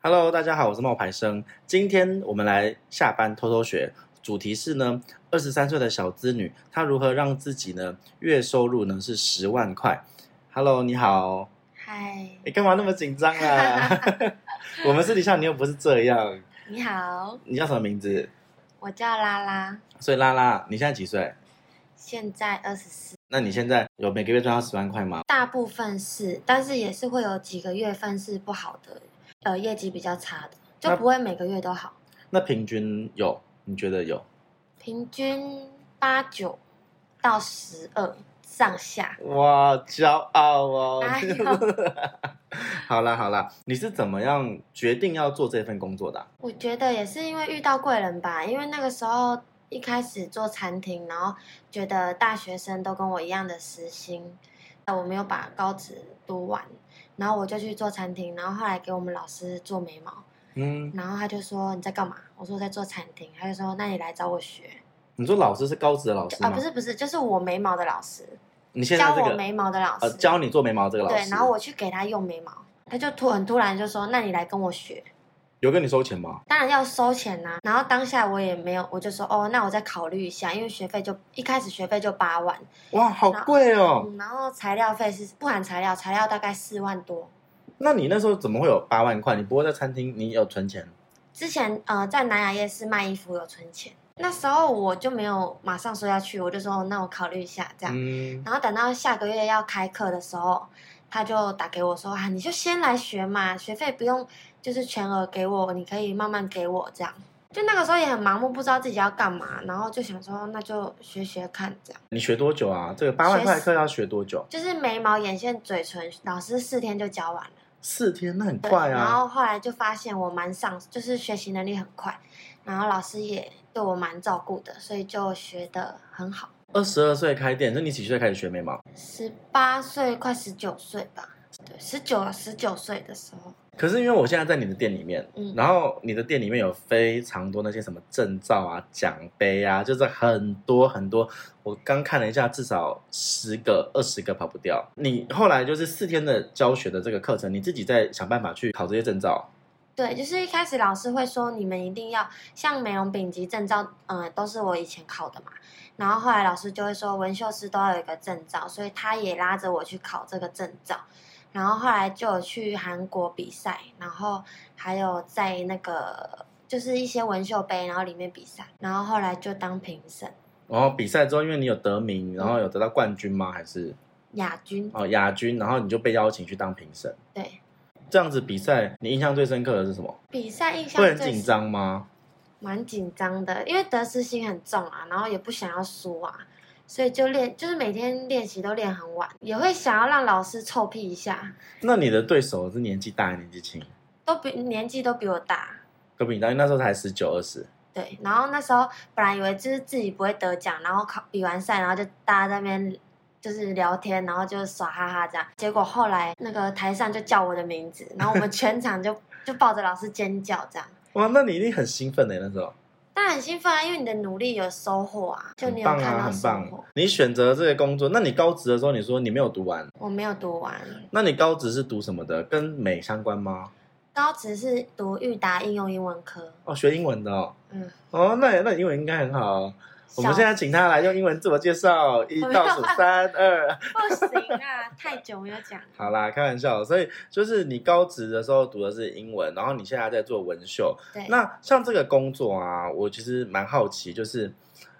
Hello，大家好，我是冒牌生。今天我们来下班偷偷学，主题是呢，二十三岁的小资女，她如何让自己呢月收入呢是十万块。Hello，你好，嗨，你干嘛那么紧张啊？我们私底下你又不是这样。你好，你叫什么名字？我叫拉拉，所以拉拉，你现在几岁？现在二十四，那你现在有每个月赚到十万块吗？大部分是，但是也是会有几个月份是不好的，呃，业绩比较差的，那就不会每个月都好，那平均有？你觉得有？平均八九到十二上下。哇，骄傲哦！哎呦 好啦好啦，你是怎么样决定要做这份工作的啊、我觉得也是因为遇到贵人吧，因为那个时候一开始做餐厅，然后觉得大学生都跟我一样的时薪，那我没有把高职读完，然后我就去做餐厅，然后后来给我们老师做眉毛。嗯，然后他就说你在干嘛？我说我在做餐厅。他就说那你来找我学你说老师是高职的老师啊、吗？不，是不是，就是我眉毛的老师，你现在教这我个眉毛的老师，呃教你做眉毛这个老师，对，然后我去给他用眉毛，他就突很突然就说那你来跟我学，有跟你收钱吗？当然要收钱呐、然后当下我也没有，我就说哦，那我再考虑一下，因为学费就一开始学费就八万，哇，好贵哦！嗯，然后材料费是不含材料，材料大概四万多。那你那时候怎么会有八万块？你不会在餐厅你有存钱？之前呃在南雅夜市卖衣服有存钱，那时候我就没有马上说要去，我就说、哦那我考虑一下这样。嗯，然后等到下个月要开课的时候，他就打给我说啊，你就先来学嘛，学费不用就是全额给我，你可以慢慢给我这样。就那个时候也很盲目，不知道自己要干嘛，然后就想说那就学学看这样。你学多久啊？这个八万块的课要学多久？就是眉毛、眼线、嘴唇，老师四天就教完了。四天，那很对快然啊！后后来就发现我蛮上，就是学习能力很快，然后老师也对我蛮照顾的，所以就学得很好。二十二岁开店，那你几岁开始学眉毛？十八岁快十九岁吧，对，十九十九岁的时候。可是因为我现在在你的店里面，嗯然后你的店里面有非常多那些什么证照啊、奖杯啊，就是很多很多。我刚看了一下，至少十个、二十个跑不掉。你后来就是四天的教学的这个课程，你自己在想办法去考这些证照。对，就是一开始老师会说你们一定要像美容丙级证照，呃，都是我以前考的嘛。然后后来老师就会说纹绣师都要有一个证照，所以他也拉着我去考这个证照。然后后来就有去韩国比赛，然后还有在那个就是一些纹绣杯，然后里面比赛，然后后来就当评审然后比赛之后，因为你有得名，然后有得到冠军吗？还是亚军。哦亚军？然后你就被邀请去当评审。对，这样子比赛，你印象最深刻的是什么？比赛印象会很最紧张吗？蛮紧张的，因为得失心很重啊，然后也不想要输啊，所以就练，就是每天练习都练很晚，也会想要让老师臭屁一下，那你的对手是年纪大还是年纪轻？都比年纪都比我大，都比你大，因为那时候才十九二十。对。然后那时候本来以为就是自己不会得奖，然后考比完赛，然后就大家在那边就是聊天，然后就耍哈哈这样。结果后来那个台上就叫我的名字，然后我们全场就就抱着老师尖叫这样。哇，那你一定很兴奋的那时候，但很兴奋啊，因为你的努力有收获啊，就很你有棒看啊，到很收获。棒。你选择这个工作，那你高职的时候，你说你没有读完，我没有读完，那你高职是读什么的？跟美相关吗？高职是读育达应用英文科，哦，学英文的哦。嗯，哦，那也那你英文应该很好。哦我们小现在请他来用英文自我介绍，一我没有啊倒数三二。不行啊，太久没有讲。好啦，开玩笑。所以就是你高职的时候读的是英文，然后你现在在做文秀，对，那像这个工作啊，我其实蛮好奇，就是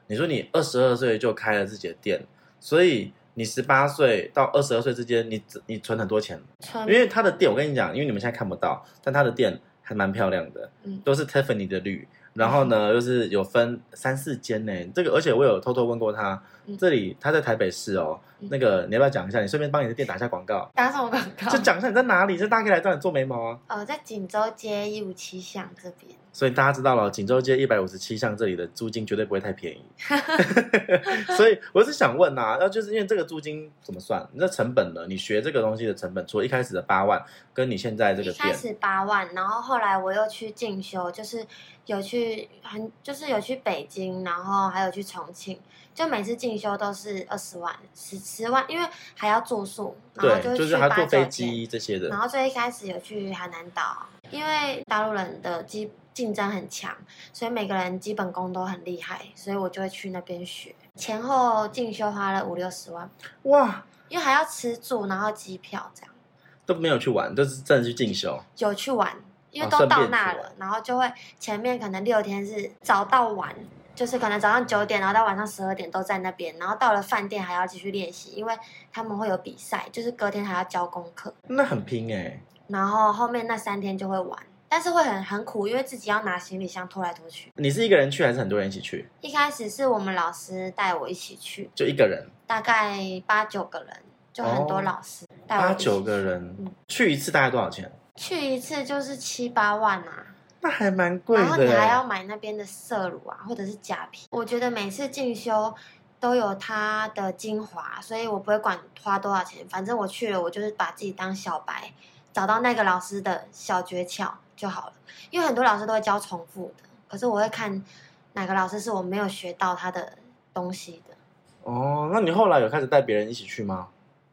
你说你二十二岁就开了自己的店，所以你十八岁到二十二岁之间，你你存很多钱，纯因为他的店，我跟你讲，因为你们现在看不到，但他的店还蛮漂亮的，嗯都是 Tiffany 的绿。然后呢，就是有分三四间呢。这个，而且我有偷偷问过他，嗯这里他在台北市哦。嗯那个，你要不要讲一下？你顺便帮你的店打一下广告，打什么广告？就讲一下你在哪里，就大家可以来找你做眉毛啊。呃，在锦州街一五七巷这边，所以大家知道了，锦州街一百五十七巷这里的租金绝对不会太便 宜。所以我是想问啊，那就是因为这个租金怎么算？那成本呢？你学这个东西的成本，除了一开始的八万，跟你现在这个一开店，始八万，然后后来我又去进修，就是有去很，就是有去北京，然后还有去重庆，就每次进修都是二十万、十十万，因为还要住宿，然后对，就会是去还八要坐九飞天。机这些的然，后最一开始有去海南岛，因为大陆人的基竞争很强，所以每个人基本功都很厉害，所以我就会去那边学。前后进修花了五六十万，哇，因为还要吃住，然后机票这样。都没有去玩，都是真的去进修。有去玩，因为哦都顺便到那去了，玩然后就会前面可能六天是早到晚，就是可能早上九点，然后到晚上十二点都在那边，然后到了饭店还要继续练习，因为他们会有比赛，就是隔天还要交功课，那很拼哎、然后后面那三天就会玩，但是会很很苦，因为自己要拿行李箱拖来拖去。你是一个人去还是很多人一起去？一开始是我们老师带我一起去，就一个人，大概八九个人，就很多哦老师带我八一起九个人、嗯去一次大概多少钱？去一次就是七八万啊。那还蛮贵然后你的、还要欸。买那边的色乳啊，或者是假皮。我觉得每次进修都有它的精华，所以我不会管花多少钱，反正我去了，我就是把自己当小白，找到那个老师的小诀窍就好了。因为很多老师都会教重复的，可是我会看哪个老师是我没有学到他的东西的，哦，那你后来有开始带别人一起去吗？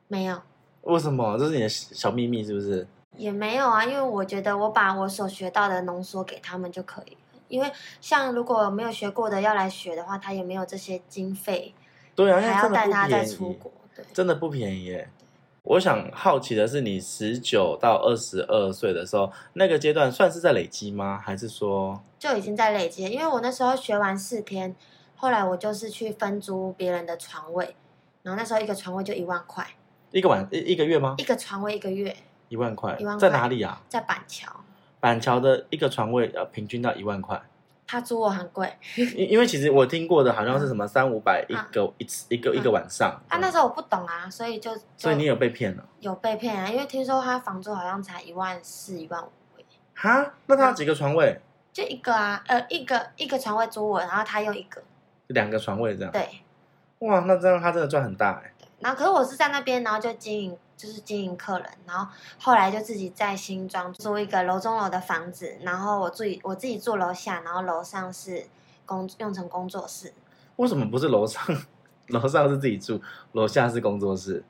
没有。为什么？这是你的小秘密是不是？也没有啊，因为我觉得我把我所学到的浓缩给他们就可以了。因为像如果没有学过的要来学的话，他也没有这些经费，对啊，因还为要真的带他不再便出宜，国。对，真的不便宜、欸。我想好奇的是，你十九到二十二岁的时候，那个阶段算是在累积吗？还是说，就已经在累积了。因为我那时候学完四天，后来我就是去分租别人的床位，然后那时候一个床位就一万块，一个晚一一个月吗一？个床位一个月，一万块一万，块在哪里啊？在板桥，板桥的一个床位呃，平均到一万 块，他租我很贵。因因为其实我听过的好像是什么三五百一个一次一个一个晚上啊，那时候我不懂啊，所以就就嗯所以你有被骗了有被骗啊，因为听说他房租好像才一万四、一万五。哈？那他有几个床位？就一个啊，呃，一个一个床位租我，然后他用一个，两个床位这样？对，哇，那这样他真的赚很大哎、然后可是我是在那边，然后就经营，就是经营客人，然后后来就自己在新庄租一个楼中楼的房子，然后我自己我自己住楼下，然后楼上是工用成工作室，为什么不是楼上？ 楼上是自己住，楼下是工作室？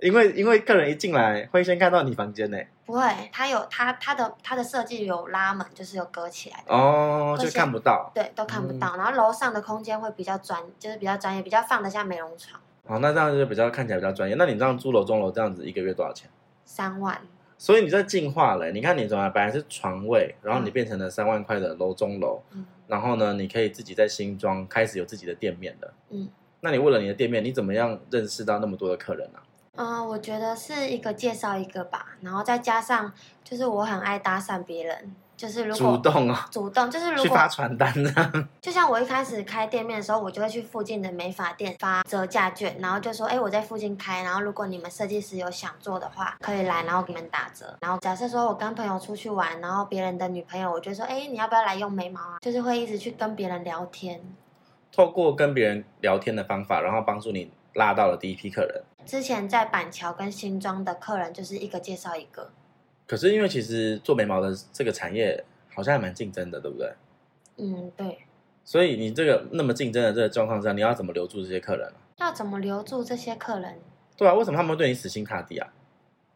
因为因为客人一进来会先看到你房间呢、不会，它有它它的它的设计有拉门，就是有隔起来的。哦，会就先看不到。对，都看不嗯到。然后楼上的空间会比较专，就是比较专业，比较放得下美容床，哦，那这样就比较看起来比较专业。那你这样租楼中楼这样子一个月多少钱？三万。所以你在进化了欸、你看你怎么本来是床位，然后你嗯变成了三万块的楼中楼，嗯，然后呢，你可以自己在新庄开始有自己的店面的。嗯，那你为了你的店面，你怎么样认识到那么多的客人啊？嗯，我觉得是一个介绍一个吧，然后再加上就是我很爱搭讪别人，就是如主果动啊、主动就是如去发果传单啊这样。就像我一开始开店面的时候，我就会去附近的美发店发折价券，然后就说哎、我在附近开，然后如果你们设计师有想做的话，可以来，然后给你们打折。然后假设说我跟朋友出去玩，然后别人的女朋友，我就说哎、你要不要来用眉毛啊？就是会一直去跟别人聊天。 透过跟别人聊天的方法，然后帮助你拉到了第一批客人。之前在板桥跟新庄的客人就是一个介绍一个，可是因为其实做眉毛的这个产业好像还蛮竞争的，对不对？嗯，对。所以你这个那么竞争的这个状况下，你要怎么留住这些客人啊？要怎么留住这些客人？对啊，为什么他们会对你死心塌地啊？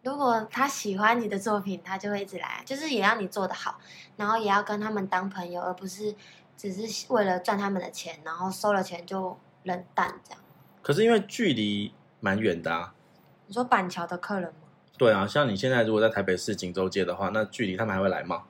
如果他喜欢你的作品，他就会一直来，就是也要你做得好，然后也要跟他们当朋友，而不是只是为了赚他们的钱，然后收了钱就冷淡这样。可是因为距离蛮远的啊。你说板桥的客人吗？对啊，像你现在如果在台北市锦州街的话，那距离他们还会来吗？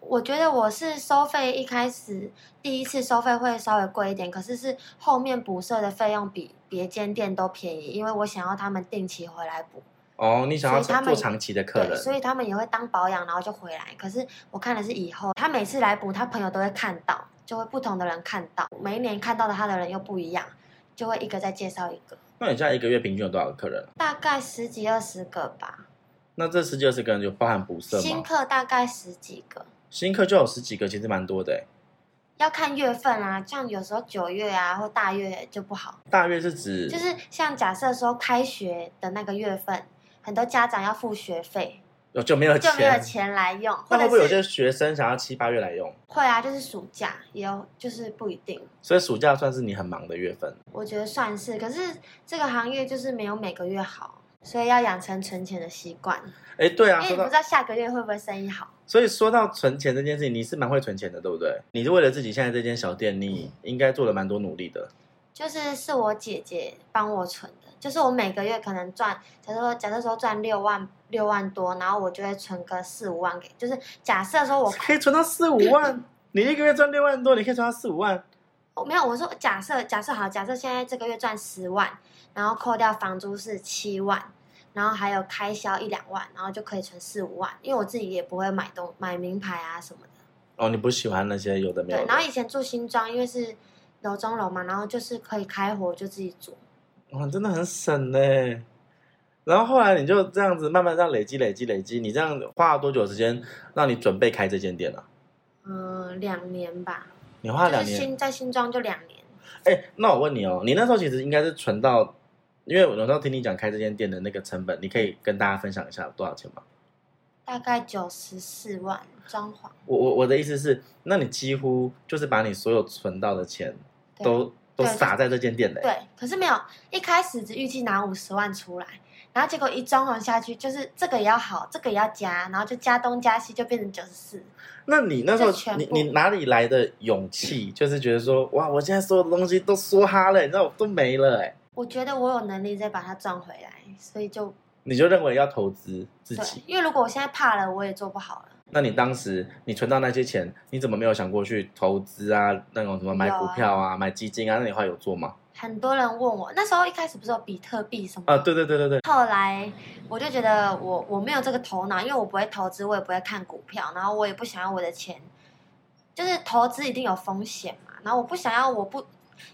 我觉得我是收费一开始第一次收费会稍微贵一点，可是是后面补设的费用比别间店都便宜，因为我想要他们定期回来补，哦，你想要所以他们做长期的客对，人，所以他们也会当保养，然后就回来。可是我看的是以后，他每次来补，他朋友都会看到，就会不同的人看到，每一年看到的他的人又不一样，就会一个再介绍一个，那你现在一个月平均有多少个客人啊？大概十几二十个吧，那这十几二十个人就包含补色新吗？客大概十几个，新客就有十几个，其实蛮多的欸。要看月份啊，像有时候九月啊或大月就不好，大约是指就是像假设说开学的那个月份，很多家长要付学费，有就没有就没有钱。钱来用，或那会不会有者些是学生想要七八月来用？会啊，就是暑假也有，就是不一定。所以暑假算是你很忙的月份。我觉得算是，可是这个行业就是没有每个月好，所以要养成存钱的习惯，哎，对啊，因为说你不到知道下个月会不会生意好。所以说到存钱这件事情，你是蛮会存钱的，对不对？你是为了自己现在这间小店，你嗯应该做了蛮多努力的。就是是我姐姐帮我存的，就是我每个月可能赚，假设说假设说赚六万六万多，然后我就会存个四五万给，就是假设说我哦 可以存到四五 万，你一个月赚六万多，你可以存到四五万。我没有，我说假设假设好，假设现在这个月赚十万，然后扣掉房租是七万，然后还有开销一两万，然后就可以存四五万，因为我自己也不会买东买名牌啊什么的。哦，你不喜欢那些有的没有对，的，然后以前住新庄，因为是楼中楼嘛，然后就是可以开火就自己煮。哇，真的很省嘞。然后后来你就这样子慢慢这样累积累积累积，你这样花了多久时间让你准备开这间店啊？嗯，两年吧，你花了就啊两是年。新在新庄就两年。哎、那我问你哦，你那时候其实应该是存到，因为我那时候听你讲开这间店的那个成本，你可以跟大家分享一下多少钱吗？大概九十四万装潢，我我我的意思是，那你几乎就是把你所有存到的钱对都都对撒在这间店嘞。对，可是没有一开始只预计拿五十万出来，然后结果一装潢下去，就是这个也要好，这个也要加，然后就加东加西，就变成九十四。那你那时就候，全你部你哪里来的勇气？ 就是觉得说，哇，我现在所有的东西都梭哈了，你知道我都没了哎、我觉得我有能力再把它赚回来，所以就你就认为要投资自对己。，因为如果我现在怕了，我也做不好了。那你当时你存到那些钱，你怎么没有想过去投资啊？那种什么买有啊股票啊、买基金啊，那你后来有做吗？很多人问我，那时候一开始不是有比特币什么的啊，对对对对对，后来我就觉得我我没有这个头脑，因为我不会投资，我也不会看股票，然后我也不想要我的钱，就是投资一定有风险嘛，然后我不想要我不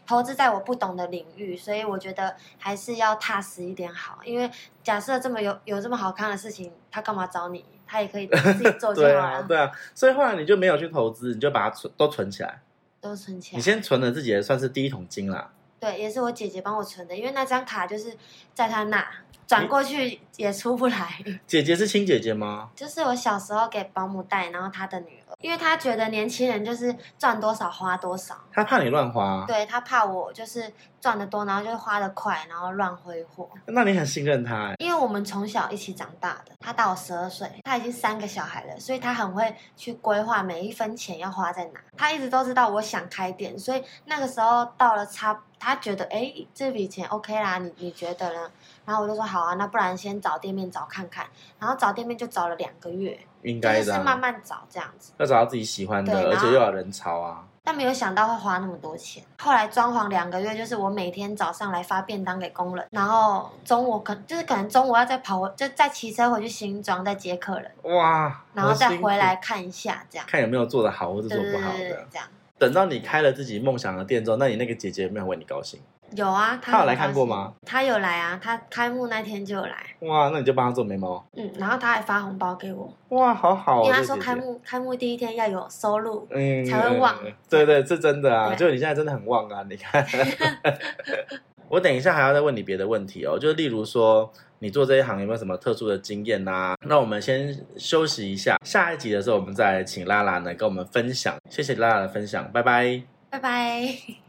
投资在我不懂的领域，所以我觉得还是要踏实一点好，因为假设这么有有这么好看的事情，他干嘛找你？他也可以自 己做就好对了，啊对啊。所以后来你就没有去投资，你就把它存都存起来。都存钱你。先存了自己的算是第一桶金啦。对，也是我姐姐帮我存的，因为那张卡就是在她那，转过去也出不来。姐姐是亲姐姐吗？就是我小时候给保姆带，然后她的女儿，因为她觉得年轻人就是赚多少花多少，她怕你乱花，对她怕我就是赚的多，然后就是花的快，然后乱挥霍。那你很信任她哎、因为我们从小一起长大的，她大我十二岁，她已经三个小孩了，所以她很会去规划每一分钱要花在哪。她一直都知道我想开店，所以那个时候到了差，她觉得哎这笔钱 OK 啦，你你觉得呢？然后我就说好啊，那不然先找店面找看看，然后找店面就找了两个月。应就该是的啊、慢慢找这样子，要找到自己喜欢的，对而然后且又有人潮啊。但没有想到会花那么多钱。后来装潢两个月，就是我每天早上来发便当给工人，然后中午可就是可能中午要再跑回，就再骑车回去新庄再接客人，哇，然后好再辛苦回来看一下这样。看有没有做的好或是对做对不对好对，对的。这样等到你开了自己梦想的店之后，那你那个姐姐有没有为你高兴？有啊。她有很来高看过兴？吗？他有来啊，他开幕那天就有来，哇，那你就帮她做眉毛。嗯，然后他还发红包给我，哇，好好、哦，因为他这说姐姐开幕开幕第一天要有收入，嗯才会旺对对，是真的啊，对就你现在真的很旺啊，你看。 我等一下还要再问你别的问题哦，就例如说你做这一行有没有什么特殊的经验呐、那我们先休息一下，下一集的时候我们再请拉拉呢跟我们分享。谢谢拉拉的分享，拜拜。拜拜。